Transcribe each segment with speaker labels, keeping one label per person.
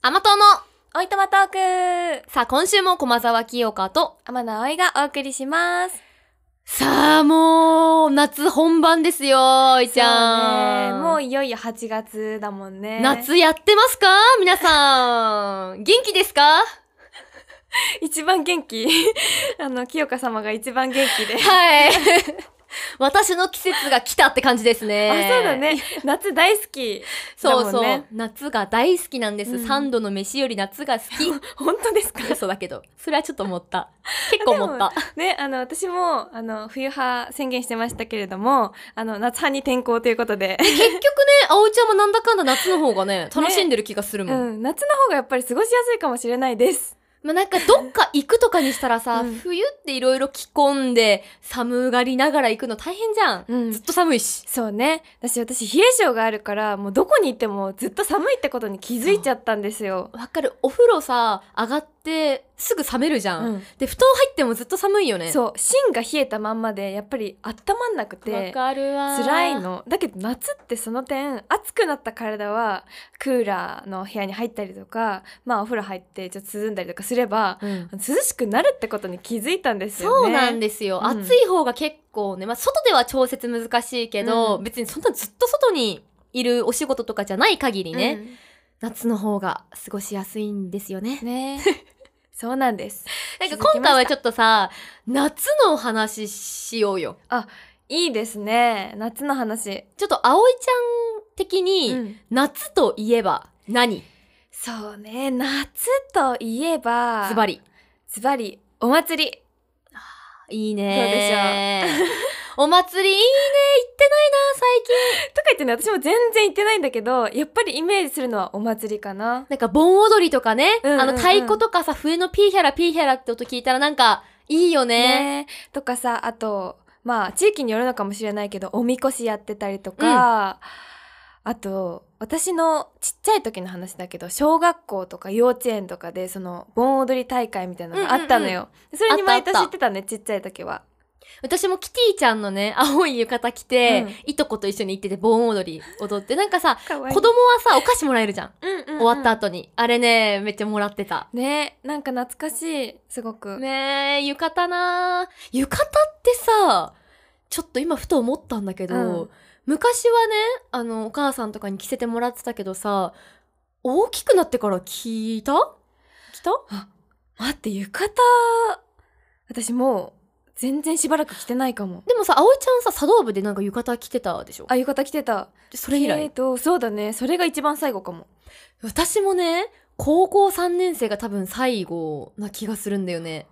Speaker 1: 甘党の
Speaker 2: おいとまトーク
Speaker 1: さあ、今週も駒沢清香と、
Speaker 2: 天野葵がお送りします。
Speaker 1: さあ、もう、夏本番ですよ、いちゃ。
Speaker 2: そうんねもういよいよ8月だもんね。
Speaker 1: 夏やってますか皆さん。元気ですかは
Speaker 2: 一番元気 あの、清香様が一番元気で。
Speaker 1: い。 私の季節が来たって感じですね。
Speaker 2: あ、そうだ。ね。夏大好き。
Speaker 1: そうそう。
Speaker 2: だもんね
Speaker 1: 夏が大好きなんです。
Speaker 2: うん
Speaker 1: 三度の飯より夏が好き。
Speaker 2: 本当ですか
Speaker 1: 嘘だけど。それはちょっと思った。結構思った。
Speaker 2: ね、あの、私も、あの、冬派宣言してましたけれども、あの、夏派に転向ということで。
Speaker 1: 結局ね、葵ちゃんもなんだかんだ夏の方がね、楽しんでる気がするも。
Speaker 2: うんん、夏の方がやっぱり過ごしやすいかもしれないです。
Speaker 1: まあ、なんかどっか行くとかにしたらさ、
Speaker 2: うん
Speaker 1: 冬っていろいろ着込んで寒がりながら行くの大変じゃん。
Speaker 2: うん
Speaker 1: ずっと寒いし。
Speaker 2: そうね。私、私、冷え性があるから、もうどこに行ってもずっと寒いってことに気づいちゃったんですよ。
Speaker 1: わかる。お風呂さ、上がってすぐ冷めるじゃん。
Speaker 2: うん。
Speaker 1: で、布団入ってもずっと寒いよね。
Speaker 2: そう芯が冷えたまんまでやっぱり温まんなく
Speaker 1: わ
Speaker 2: て
Speaker 1: かるわ。
Speaker 2: 辛い。のだけど夏ってその点暑くなった体はクーラーの部屋に入ったりとかまあお風呂入ってちょっと涼んだりとかすれば
Speaker 1: うん。
Speaker 2: 涼しくなるってことに気づいたんですよね
Speaker 1: そうなんですよ。
Speaker 2: うん
Speaker 1: 暑い方が結構ね、まあ、外では調節難しいけど、
Speaker 2: うん
Speaker 1: 別にそんなずっと外にいるお仕事とかじゃない限りね、夏の方が過ごしやすいんですよね
Speaker 2: うん。ねそうなんです
Speaker 1: なんか
Speaker 2: 気づき
Speaker 1: 今
Speaker 2: ま
Speaker 1: 回
Speaker 2: した
Speaker 1: はちょっとさ、夏のお話しようよ。
Speaker 2: いいですね夏の話、
Speaker 1: ちょっと葵ちゃん的に、
Speaker 2: うん
Speaker 1: 夏といえば何
Speaker 2: そうね夏といえば
Speaker 1: ズバ
Speaker 2: リ
Speaker 1: リ。
Speaker 2: ズバリお祭り
Speaker 1: いいねー。 お祭りいいね行ってないな最近。
Speaker 2: とか言ってね私も全然行ってないんだけどやっぱりイメージするのはお祭りかな
Speaker 1: なんか盆踊りとかね、
Speaker 2: うんうんうん
Speaker 1: あの太鼓とかさ、冬のピーヒャラピーヒャラって音聞いたらなんか、いいよね。
Speaker 2: ねとかさあとまあ地域によるのかもしれないけどおみこしやってたりとか、あと私のちっちゃい時の話だけど小学校とか幼稚園とかでその盆踊り大会みたいなのがあったのよ、それに毎年
Speaker 1: あったあ
Speaker 2: 行
Speaker 1: った
Speaker 2: ってたねちっちゃい時は
Speaker 1: 私もキティちゃんのね、青い浴衣着て、
Speaker 2: うん
Speaker 1: いとこと一緒に行ってて盆踊り踊って、なんかさ、
Speaker 2: かわ
Speaker 1: 子供はさ、お菓子もらえるじゃん。終わった
Speaker 2: た
Speaker 1: 後に。あれね、めっちゃもらってた。
Speaker 2: ねなんか懐かしいすごく、
Speaker 1: ねえ、浴衣なあ浴衣ってさ、ちょっと今ふと思ったんだけど、
Speaker 2: うん
Speaker 1: 昔はね、あの、お母さんとかに着せてもらってたけどさ、大きくなってから着いた着た
Speaker 2: 待って浴衣私もう全然しばらく着てないかも
Speaker 1: でもさ、葵ちゃんさ、茶道部でなんか浴衣着てたでしょ
Speaker 2: あ浴衣着てた
Speaker 1: それ以
Speaker 2: えー
Speaker 1: 来。
Speaker 2: とそうだねそれが一番最後かも
Speaker 1: 私もね、高校3年生が多分最後な気がするんだよね。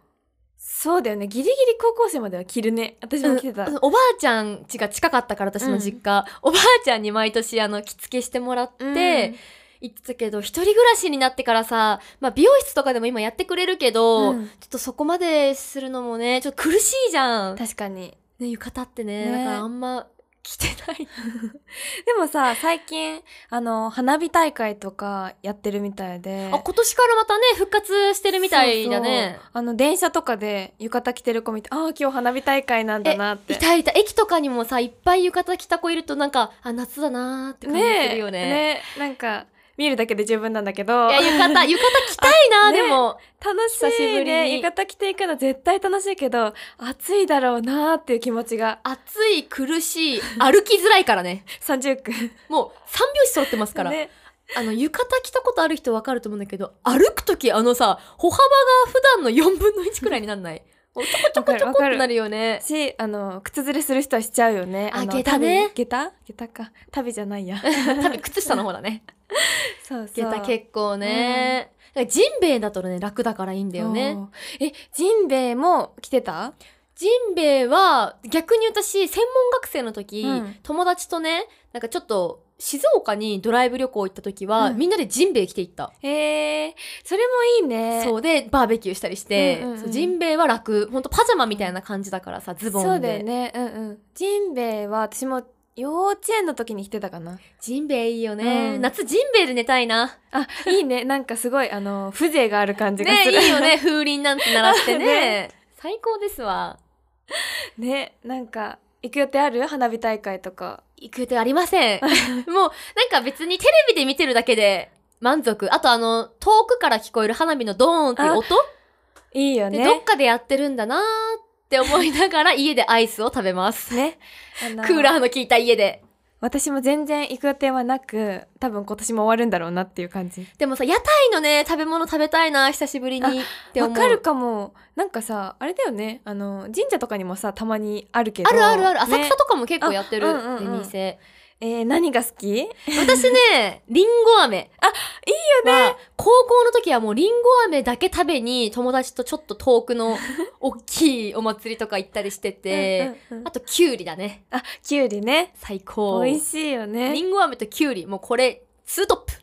Speaker 2: そうだよねギリギリ高校生までは着るね私も着てた、
Speaker 1: うんおばあちゃん家が近かったから私の実家、おばあちゃんに毎年あの着付けしてもらって、言ってたけど、一人暮らしになってからさ、まあ美容室とかでも今やってくれるけど、
Speaker 2: う
Speaker 1: ちょ
Speaker 2: ん
Speaker 1: っとそこまでするのもね、ちょっと苦しいじゃん。
Speaker 2: 確かに
Speaker 1: ね、浴衣ってね、
Speaker 2: ね
Speaker 1: だからあんま着てない。
Speaker 2: でもさ最近あの花火大会とかやってるみたいで
Speaker 1: あ、今年からまたね、復活してるみたいだね
Speaker 2: そう。そうあの電車とかで浴衣着てる子見てああ今日花火大会なんだなって
Speaker 1: いたいた、駅とかにもさ、いっぱい浴衣着た子いるとなんか、あ、夏だなーって感じするよね。
Speaker 2: ねなんか見るだけで十分なんだけど
Speaker 1: いや、浴
Speaker 2: 楽
Speaker 1: 衣、浴衣着たいなー、
Speaker 2: ね
Speaker 1: でも。
Speaker 2: しい、ね、
Speaker 1: 久しぶりに
Speaker 2: 浴衣着ていくの絶対楽しいけど暑いだろうなーっていう気持ちが
Speaker 1: 暑い、苦しい、歩きづらいからね。
Speaker 2: 30区
Speaker 1: もう、三拍子揃ってますから。
Speaker 2: ね
Speaker 1: あの、浴衣着たことある人わかると思うんだけど、歩くとき、あのさ、歩幅が普段の4分の1くらいになんない。もうちょこちょこちょこ
Speaker 2: わ
Speaker 1: っ
Speaker 2: かる
Speaker 1: てなるよね。
Speaker 2: し、あの、靴ずれする人はしちゃうよね。
Speaker 1: あ
Speaker 2: の
Speaker 1: 下駄ね
Speaker 2: 旅下駄下駄か。旅じゃない や。
Speaker 1: 多分靴下の方だね。
Speaker 2: そう そう。
Speaker 1: 下駄結構ね。だからジンベエだとね、楽だからいいんだよね。
Speaker 2: おー。え、ジンベエも着てた
Speaker 1: ジンベエは、逆に私、専門学生の時、
Speaker 2: うん
Speaker 1: 友達とね、なんかちょっと、静岡にドライブ旅行行った時は、
Speaker 2: うん
Speaker 1: みんなでジンベエ着て行った。
Speaker 2: へえ、それもいいね。
Speaker 1: そうで、バーベキューしたりして、
Speaker 2: うんうんうん
Speaker 1: そうジンベエは楽。ほんとパジャマみたいな感じだからさ、ズボンで。
Speaker 2: そうだよね。うんうん。ジンベエは私も幼稚園の時に着てたかな。
Speaker 1: ジンベエいいよね、
Speaker 2: うん
Speaker 1: 夏ジンベエで寝たいな。
Speaker 2: あ、 いいね。なんかすごい、あの、風情がある感じが
Speaker 1: ね
Speaker 2: する。
Speaker 1: いいよ。ね、風鈴なんて鳴らしてね。
Speaker 2: ね
Speaker 1: 最高ですわ。
Speaker 2: ね、なんか、行く予定ある花火大会とか。
Speaker 1: 行く予定ありません。もう、なんか別にテレビで見てるだけで、満足。あとあの、遠くから聞こえる花火のドーンっていう音
Speaker 2: いいよ
Speaker 1: で、
Speaker 2: ね
Speaker 1: どっかでやってるんだなーって思いなが ら家でアイスを食べます。
Speaker 2: ねあの
Speaker 1: クーラーの効いた家で。
Speaker 2: 私も全然行く予定はなく多分今年も終わるんだろうなっていう感じ
Speaker 1: でもさ、屋台のね、食べ物食べたいな、久しぶりにって
Speaker 2: わ
Speaker 1: 思う。
Speaker 2: かるかもなんかさあれだよねあの神社とかにもさたまにあるけど
Speaker 1: あるあるある。浅
Speaker 2: ね
Speaker 1: 草とかも結構やってる、
Speaker 2: あうんうんうん
Speaker 1: 出店。
Speaker 2: えー何が好き
Speaker 1: 私ね、リンゴ飴。あ、いいよね。高校の時はもうリンゴ飴だけ食べに友達とちょっと遠く の大きいお祭りとか行ったりしてて、
Speaker 2: うんうんうん
Speaker 1: あとキュウリだね。
Speaker 2: あきゅうりね
Speaker 1: 最高。
Speaker 2: 美味しいよ
Speaker 1: リ
Speaker 2: ね
Speaker 1: ンゴ飴とキュウリ、もうこれ、ツートッ プ。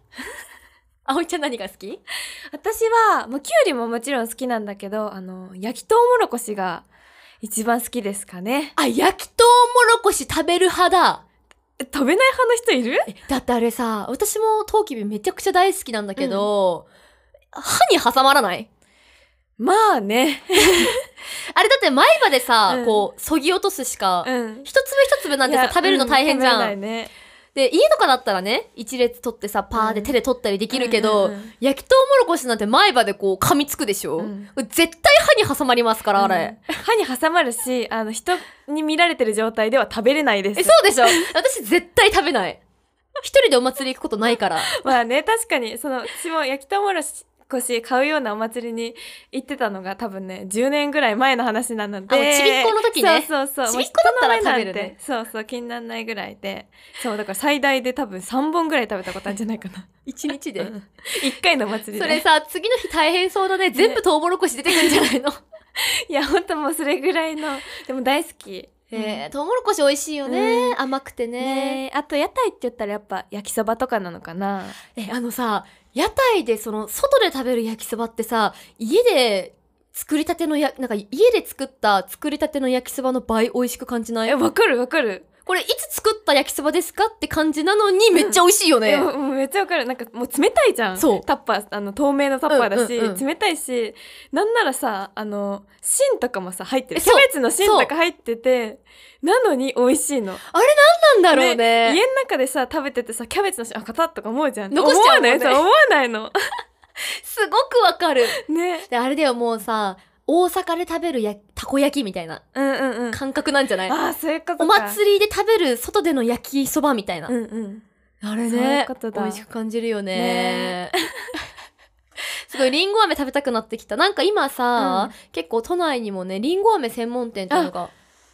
Speaker 1: 葵ちゃん何が好き
Speaker 2: 私はもうきゅうりももちろん好きなんだけどあの焼きとうもろこしが一番好きですかね
Speaker 1: あ、焼きとうもろこし食べる派だ。
Speaker 2: え食べない派の人いる
Speaker 1: えだってあれさ、私もトウキビめちゃくちゃ大好きなんだけど、歯に挟まらない
Speaker 2: まあね
Speaker 1: あれだって前歯でさ、
Speaker 2: うん
Speaker 1: こう、そぎ落とすしか、
Speaker 2: うん
Speaker 1: 一粒一粒なんてさ、食べるの大変じゃん。
Speaker 2: いやう食べれないね
Speaker 1: で、家とかだったらね、一列取ってさ、パーで
Speaker 2: うん
Speaker 1: 手で取ったりできるけど、
Speaker 2: うんうんうん
Speaker 1: 焼きとうもろこしなんて前歯でこう噛みつくでしょ、
Speaker 2: うん
Speaker 1: 絶対歯に挟まりますから、あれ。
Speaker 2: うん歯に挟まるしあの人に見られてる状態では食べれないです
Speaker 1: え、そうでしょ私絶対食べない。一人でお祭り行くことないから。
Speaker 2: まあね確かにその私も焼きとうもろこし買うようなお祭りに行ってたのが多分ね10年ぐらい前の話なので
Speaker 1: あもうちびっこの時ね
Speaker 2: そうそうそう
Speaker 1: ちびっこだったら食べるね
Speaker 2: もう人の前なんてそうそう気にならないぐらいでそうだから最大で多分3本ぐらい食べたことあるんじゃないかな
Speaker 1: 一日で。
Speaker 2: 1回のお祭り
Speaker 1: そ
Speaker 2: で
Speaker 1: れさ、次の日大変そうだね。全部トウモロコシ出てくるんじゃないの
Speaker 2: いや本当もうそれぐらいのでも大好き
Speaker 1: えー、トウモロコシ美味しいよね。甘くてね
Speaker 2: ねえあと屋台って言ったらやっぱ焼きそばとかなのかな
Speaker 1: え、あのさ、屋台でその、外で食べる焼きそばってさ、家で作りたてのや、なんか家で作った作りたての焼きそばの倍美味しく感じない
Speaker 2: えわかるわかる
Speaker 1: これいつ作った焼きそばですかって感じなのにめっちゃ美味しいよね。
Speaker 2: えもうめっちゃわかるなんかもう冷たいじゃん
Speaker 1: そう
Speaker 2: タッパーあの透明のタッパーだし、
Speaker 1: うんうんうん
Speaker 2: 冷たいしなんならさあの芯とかもさ入ってる
Speaker 1: え
Speaker 2: キ
Speaker 1: そ
Speaker 2: ャ
Speaker 1: う
Speaker 2: ベツの芯とか入っててなのに美味しいの
Speaker 1: なんだろうね。
Speaker 2: 家の中でさ食べててさキャベツの芯あ硬っとか思うじゃん
Speaker 1: 残しちゃうもんね
Speaker 2: 思わないそう思わないの
Speaker 1: すごくわかる。
Speaker 2: ね
Speaker 1: で、あれだよ、もうさ、大阪で食べるやたこ焼きみたいな
Speaker 2: うんうんうんあ
Speaker 1: 感覚なんじゃない
Speaker 2: あーそういうことか
Speaker 1: お祭りで食べる外での焼きそばみたいな。
Speaker 2: うんうん
Speaker 1: あれ
Speaker 2: そういう
Speaker 1: ね
Speaker 2: ことだ
Speaker 1: 美味しく感じるよね
Speaker 2: ね。
Speaker 1: すごい、りんご飴食べたくなってきた。なんか今さ、結構都内にもね、りんご飴専門店っていうのが、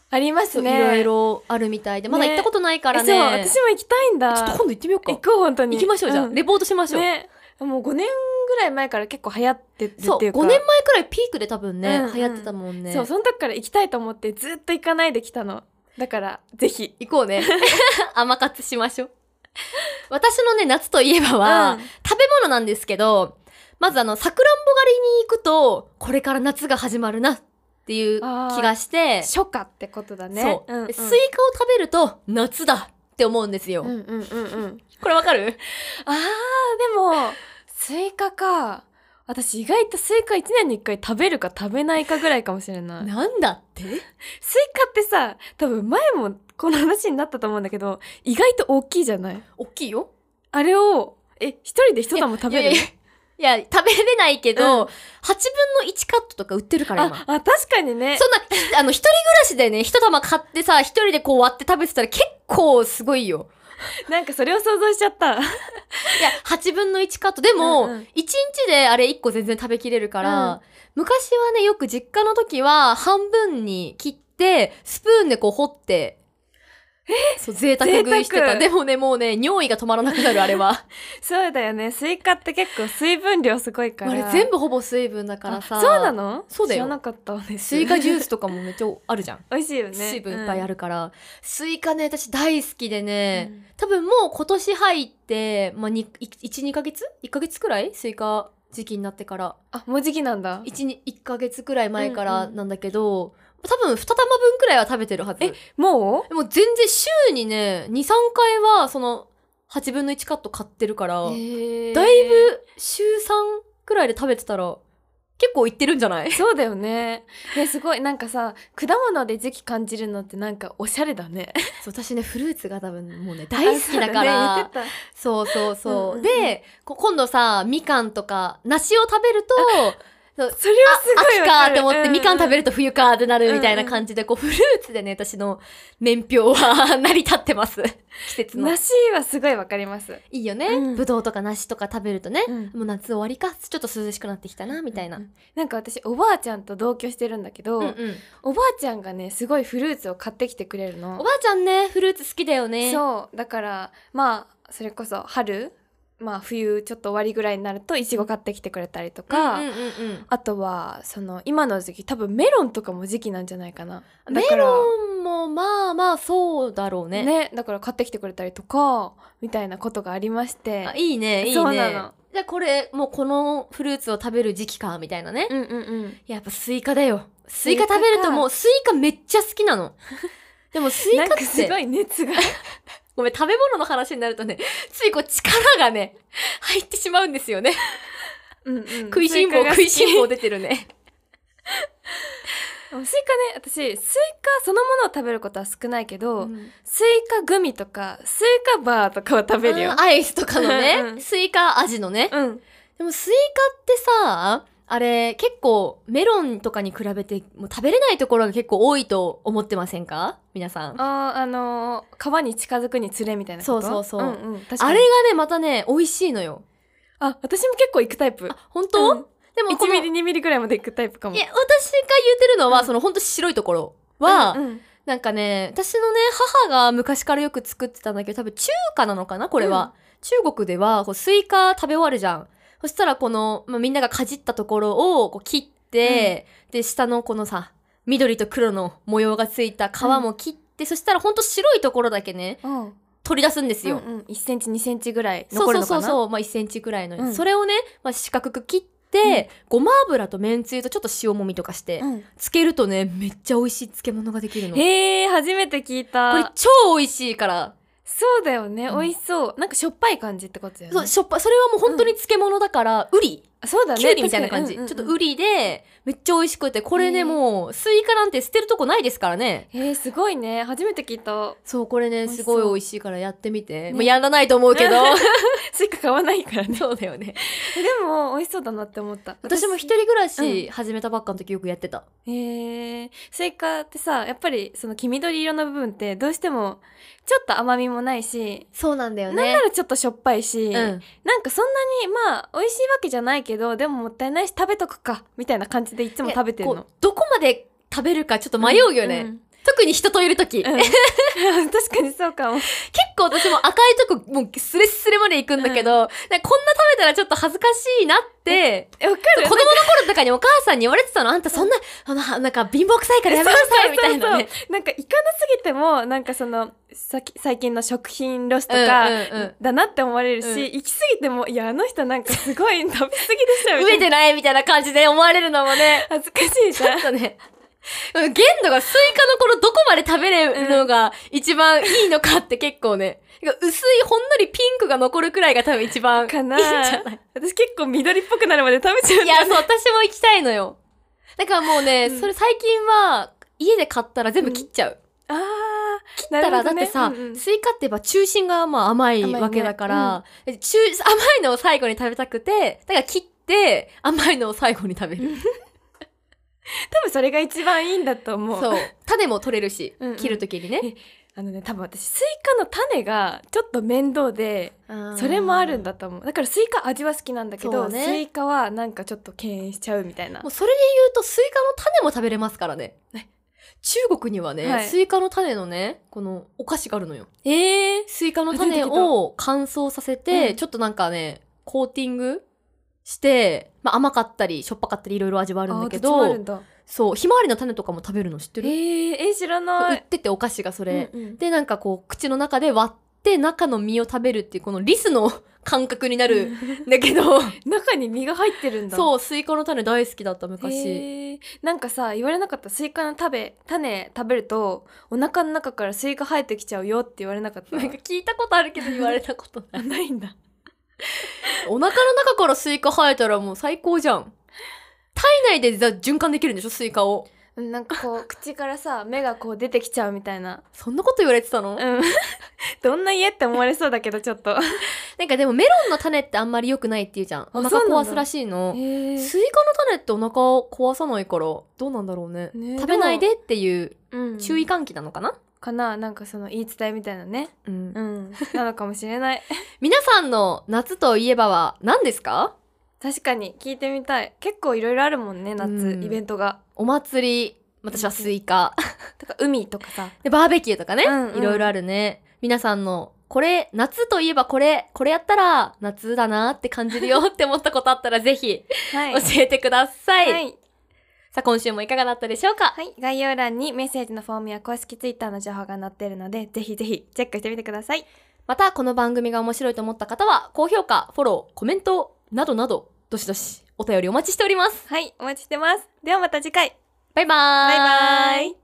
Speaker 2: あります
Speaker 1: そう
Speaker 2: ね
Speaker 1: いろいろあるみたいで、まだ行ったことないからね。
Speaker 2: えそう私も行きたいんだ
Speaker 1: ちょっと今度行ってみよう
Speaker 2: 行
Speaker 1: か。
Speaker 2: こう本当に
Speaker 1: 行きましょう、じゃあ。
Speaker 2: ん
Speaker 1: レポートしましょう。
Speaker 2: ねもう5年ぐらい前から結構流行ってるっていう
Speaker 1: そう、
Speaker 2: か
Speaker 1: 5年前くらいピークで多分ね、
Speaker 2: うんうん
Speaker 1: 流行ってたもんね。
Speaker 2: そうその時から行きたいと思ってずっと行かないで来たのだからぜひ
Speaker 1: 行こうね。 甘活しましょう。 私のね、夏といえばは、
Speaker 2: うん
Speaker 1: 食べ物なんですけど、まずあの、さくらんぼ狩りに行くと、これから夏が始まるなっていう気がして、
Speaker 2: 初夏ってことだね
Speaker 1: そう、
Speaker 2: んうん、
Speaker 1: スイカを食べると、夏だって思うんですよ。
Speaker 2: うん うんうんうん
Speaker 1: これわかる
Speaker 2: あーでもスイカか私意外とスイカ1年に1回食べるか食べないかぐらいかもしれない
Speaker 1: なんだって
Speaker 2: スイカってさ多分前もこの話になったと思うんだけど意外と大きいじゃない
Speaker 1: 大きいよ。
Speaker 2: あれをえ一人で一玉食べる
Speaker 1: いやいやいや、食べれないけど、
Speaker 2: うん
Speaker 1: 8分の1カットとか売ってるから今
Speaker 2: あ。あ確かにね
Speaker 1: そんな、あの、一人暮らしでね、一玉買ってさ、一人でこう割って食べてたら結構すごいよ。
Speaker 2: なんかそれを想像しちゃった
Speaker 1: いや、8分の1カット。でも、
Speaker 2: うんうん
Speaker 1: 1日であれ1個全然食べきれるから、
Speaker 2: うん
Speaker 1: 昔はね、よく実家の時は半分に切って、スプーンでこう掘って、そう、贅沢食いして
Speaker 2: 贅
Speaker 1: た。
Speaker 2: 沢
Speaker 1: でもね、もうね、尿意が止まらなくなる、あれ は。
Speaker 2: そうだよねスイカって結構水分量すごいから
Speaker 1: あれ全部ほぼ水分だからさ。
Speaker 2: あそうなの
Speaker 1: そうだよ
Speaker 2: 知らなかったです
Speaker 1: スイカジュース
Speaker 2: ス
Speaker 1: とかもめっちゃあるじゃん。
Speaker 2: 美味しいよね
Speaker 1: 水分いっぱいあ
Speaker 2: る、
Speaker 1: るから、スイカね私大好きで
Speaker 2: うん
Speaker 1: ね、多分もう今年入って、まあ、12ヶ月1ヶ月くらいスイカ時期になってから
Speaker 2: あもう時期なんだ
Speaker 1: 11ヶ月くらい前から
Speaker 2: うんうん
Speaker 1: なんだけど、多分2玉分くらいは食べてるはず
Speaker 2: え
Speaker 1: で
Speaker 2: もう
Speaker 1: も全然週にね23回はその8分の1カット買ってるから、
Speaker 2: だ
Speaker 1: だいぶ週3くらいで食べてたら結構行ってるんじゃ ない
Speaker 2: そうだよね。ね、すごい。なんかさ、果物で時期感じるのってなんかおしゃれだね。
Speaker 1: 私ねフルーツが多分もうね大好きだから
Speaker 2: あそうだね
Speaker 1: そうそうそう。
Speaker 2: うんうんうん
Speaker 1: で、こ今度さ、みかんとか、梨を食べると、
Speaker 2: 言ってたそれはすごい
Speaker 1: 秋
Speaker 2: わ
Speaker 1: か
Speaker 2: か
Speaker 1: ー
Speaker 2: る
Speaker 1: って思って、みかん食べると冬かーってなるみたいな
Speaker 2: うんうん
Speaker 1: 感じで、こう、フルーツでね、私の年表は成り立って ます。季節の。
Speaker 2: 梨はすごいわかります。
Speaker 1: いいよね。
Speaker 2: うん
Speaker 1: ぶどうとか梨とか食べるとね、
Speaker 2: うん
Speaker 1: もう夏終わりか、ちょっと涼しくなってきたな、みたいな。
Speaker 2: うんなんか私おばあちゃんと同居してるんだけど、
Speaker 1: うんうん
Speaker 2: おばあちゃんがねすごいフルーツを買ってきてくれるの
Speaker 1: おばあちゃんね、フルーツ好きだよね。
Speaker 2: そうだからまあそれこそ春まあ冬ちょっと終わりぐらいになるといちご買ってきてくれたりとか、
Speaker 1: うんうんうんうん
Speaker 2: あとはその今の時期多分メロンとかも時期なんじゃないかなだ
Speaker 1: メ
Speaker 2: から
Speaker 1: ロンもまあまあそうだろうね。
Speaker 2: ねだから買ってきてくれたりとかみたいなことがありまして
Speaker 1: あいいね、いいね。
Speaker 2: そうなの
Speaker 1: じゃあこれ、もうこのフルーツを食べる時期か、みたいなね。
Speaker 2: うんうんうん
Speaker 1: やっぱスイカだよ。スイ
Speaker 2: イ
Speaker 1: カ
Speaker 2: カ
Speaker 1: 食べるともうスイカめっちゃ好きな の。でもスイカ
Speaker 2: なん
Speaker 1: っ
Speaker 2: かすご
Speaker 1: て、
Speaker 2: い熱が
Speaker 1: ごめん、食べ物の話になるとね、ついこう力がね、入ってしまうんですよね。
Speaker 2: うん、うん、
Speaker 1: 食いしん坊、
Speaker 2: スイカ
Speaker 1: 食
Speaker 2: が好き
Speaker 1: いしん坊出てるね。
Speaker 2: でもスイカね私スイカそのものを食べることは少ないけど、スイカグミとかスイカバーとかは食べるよ
Speaker 1: あーアイスとかの
Speaker 2: うんう
Speaker 1: ね、
Speaker 2: ん
Speaker 1: スイカ味のね。
Speaker 2: うん
Speaker 1: でもスイカってさ、あれ結構メロンとかに比べてもう食べれないところが結構多いと思ってませんか皆さん。
Speaker 2: あーあのー、皮に近づくにつれみたいなこと
Speaker 1: そうそうそうん
Speaker 2: うん、確かに
Speaker 1: あれがね、またね、美味しいのよ。
Speaker 2: あ私も結構行くタイプ
Speaker 1: 本当、
Speaker 2: うん
Speaker 1: でもこ
Speaker 2: 1
Speaker 1: の
Speaker 2: ミリ2ミリぐらいまで行くタイプかも
Speaker 1: いや、私が言ってるのは、
Speaker 2: うん
Speaker 1: その本当白いところは、
Speaker 2: は、うんうん
Speaker 1: なんかね、私のね、母が昔からよく作ってたんだけど、多分中華なのかなこれは。中国では、こうスイカ食べ終わるじゃん。そしたらこの、まあ、みんながかじったところをこう切って、で、下のこのさ、緑と黒の模様がついた皮も切って、そしたらほんと白いところだけね、
Speaker 2: うん
Speaker 1: 取り出すんですよ。
Speaker 2: うんうん、1センチ2センチぐらい
Speaker 1: そ
Speaker 2: 残
Speaker 1: う
Speaker 2: る
Speaker 1: そ
Speaker 2: の
Speaker 1: う
Speaker 2: か
Speaker 1: そ
Speaker 2: な
Speaker 1: う
Speaker 2: う
Speaker 1: そう、まあ、1センチくらいの、
Speaker 2: うん
Speaker 1: それをね、まあ、四角く切って、ごま油とめんつゆとちょっと塩もみとかして、
Speaker 2: ん
Speaker 1: つけるとねめっちゃ美味しい漬物ができるのこれ
Speaker 2: へえ初めて聞いた
Speaker 1: 超美味しいから、
Speaker 2: そうだよね、
Speaker 1: うん
Speaker 2: 美味しそうなんかしょっぱい感じってことだよね
Speaker 1: そうしょっぱそれはもう本当に漬物だから、ウリ
Speaker 2: あそうだね
Speaker 1: きゅうりみたいな感じ、
Speaker 2: 確かに
Speaker 1: ちょっ
Speaker 2: うん
Speaker 1: とウリでめっちゃ美味しくてこれね、
Speaker 2: へー
Speaker 1: もうスイカなんて捨てるとこないですからね
Speaker 2: うんうんへえすごいね初めて聞いた
Speaker 1: そうこれね
Speaker 2: 美味し
Speaker 1: す
Speaker 2: そう
Speaker 1: ごい美味しいからやってみて、
Speaker 2: ね
Speaker 1: もうやらないと思うけど
Speaker 2: スイカ買わないから ね
Speaker 1: そうだよ ね
Speaker 2: え でも美味しそうだなって思った
Speaker 1: 私も一人暮らし始めたばっかの時よくやってた、
Speaker 2: へえスイカってさやっぱりその黄緑色の部分ってどうしてもちょっと甘みもないし、
Speaker 1: そうなんだよ
Speaker 2: なんならちょっとしょっぱいし、
Speaker 1: うん、
Speaker 2: なんかそんなにまあ美味しいわけじゃないけどでももったいないし食べとくかみたいな感じでいつも食べてる
Speaker 1: こ
Speaker 2: の
Speaker 1: うどこまで食べるかちょっと迷うよね、
Speaker 2: ん
Speaker 1: 特に人といる時、
Speaker 2: うん 確かにそうかも
Speaker 1: 結構私も赤いとこもうスレスレまで行くんだけど、なんかこんな食べたらちょっと恥ずかしいなって、
Speaker 2: えわか
Speaker 1: 子
Speaker 2: る
Speaker 1: 供の頃とかにお母さんに言われてたの。あんたそんな、あのはなんか貧乏くさいからやめなさいみたいなね。
Speaker 2: なんかいかなすぎてもなんかそのさき最近の食品ロスとか、
Speaker 1: うんうんうん
Speaker 2: だなって思われるし、
Speaker 1: うん
Speaker 2: 行き過ぎてもいやあの人なんかすごい食べ過ぎでしょみ
Speaker 1: 飢
Speaker 2: た
Speaker 1: え
Speaker 2: いな。
Speaker 1: てないみたいな感じで思われるのもね
Speaker 2: 恥ずかしいじ
Speaker 1: ちょ
Speaker 2: ゃん
Speaker 1: っとね。限度がスイカの頃どこまで食べれるのが一番いいのかって結構ね。なんか薄いほんのりピンクが残るくらいが多分一番いいんじ
Speaker 2: か
Speaker 1: ゃ
Speaker 2: な
Speaker 1: ない
Speaker 2: 私結構緑っぽくなるまで食べちゃうん
Speaker 1: い
Speaker 2: だよ
Speaker 1: や、そう、私も行きたいのよ。だからもうね、
Speaker 2: うん
Speaker 1: それ最近は、家で買ったら全部切っちゃう。
Speaker 2: あーな
Speaker 1: だ
Speaker 2: る
Speaker 1: から
Speaker 2: ほ
Speaker 1: だっ
Speaker 2: どね
Speaker 1: てさ、
Speaker 2: うんうん
Speaker 1: スイカって言えば中心がまあ甘い
Speaker 2: 甘いね
Speaker 1: わけだから、で中甘いのを最後に食べたくて、だから切って甘いのを最後に食べる。
Speaker 2: 多分それが一番いいんだと思う
Speaker 1: そう。種も取れるし、
Speaker 2: うんうん
Speaker 1: 切るときにね。
Speaker 2: あのね多分私スイカの種がちょっと面倒でそれもあるん
Speaker 1: だ。
Speaker 2: だと思うだからスイカ味は好きなんだけ
Speaker 1: そ
Speaker 2: ど
Speaker 1: うね
Speaker 2: スイカはなんかちょっと敬遠しちゃうみたいな
Speaker 1: もうそれで言うとスイカの種も食べれますからね。中国にはね、
Speaker 2: はい
Speaker 1: スイカの種のね、このお菓子があるのよ。
Speaker 2: ええ
Speaker 1: スイカの種を乾燥させて、
Speaker 2: うん
Speaker 1: ちょっとなんかね、コーティングして、まあ、甘かったり、しょっぱかったりいろいろ味はあ
Speaker 2: あ
Speaker 1: るんだけ
Speaker 2: どっちもある
Speaker 1: ど
Speaker 2: ん、だ
Speaker 1: そう、ひまわりの種とかも食べるの知ってる、
Speaker 2: えええ知ら
Speaker 1: そう
Speaker 2: な
Speaker 1: 売っ
Speaker 2: い
Speaker 1: ててお菓子がそれ。
Speaker 2: うんうん
Speaker 1: で、なんかこう、口の中で割って中の実を食べるっていう、このリスの 感覚になるんだけど、
Speaker 2: 中に実が入ってるんだう
Speaker 1: そう、スイカの種大好きだった昔。
Speaker 2: なんかさ言われなかったスイカの食べ種食べるとお腹の中からスイカ生えてきちゃうよって言われなかった
Speaker 1: なんか聞いたことあるけど言われたことな
Speaker 2: あ
Speaker 1: い。
Speaker 2: ないんだ
Speaker 1: お腹の中からスイカ生えたらもう最高じゃん。体内でじゃあ循環できるんでしょスイカを。
Speaker 2: うんなんか こう口からさ目がこう出てきちゃうみたいな
Speaker 1: そんなこと言われてたの、
Speaker 2: うんどんな家って思われそうだけどちょっと
Speaker 1: なんかでもメロンの種ってあんまり良くないっていうじゃん。お腹
Speaker 2: そうなん
Speaker 1: 壊
Speaker 2: だ
Speaker 1: すらしいの。
Speaker 2: え
Speaker 1: スイカの種ってお腹を壊さないから、どうなんだろうね。
Speaker 2: ね
Speaker 1: 食べないでっていう
Speaker 2: うん、
Speaker 1: 注意喚起なのかな、
Speaker 2: かななんかその言い伝えみたいなね
Speaker 1: うん
Speaker 2: うんなのかもしれない
Speaker 1: 皆さんの夏といえばは何ですか
Speaker 2: 確かに聞いてみたい結構いろいろあるもんね夏、
Speaker 1: うん
Speaker 2: イベントが
Speaker 1: お祭り、私はスイ カ、
Speaker 2: とか海とかさ
Speaker 1: でバーベキューとかね、
Speaker 2: うんうん
Speaker 1: いろいろあるね。皆さんの、これ、夏といえばこれ、これやったら夏だなって感じるよって思ったことあったらぜひ
Speaker 2: は
Speaker 1: 教えてください。
Speaker 2: はい
Speaker 1: さあ今週もいかがだったでしょうか
Speaker 2: はい、概要欄にメッセージのフォームや公式ツイッターの情報が載っているのでぜひぜひチェックしてみてください
Speaker 1: またこの番組が面白いと思った方は高評価フォローコメントなどなどどしどしお便りお待ちしております
Speaker 2: はいお待ちしてますではまた次回
Speaker 1: バイバー
Speaker 2: バイバイ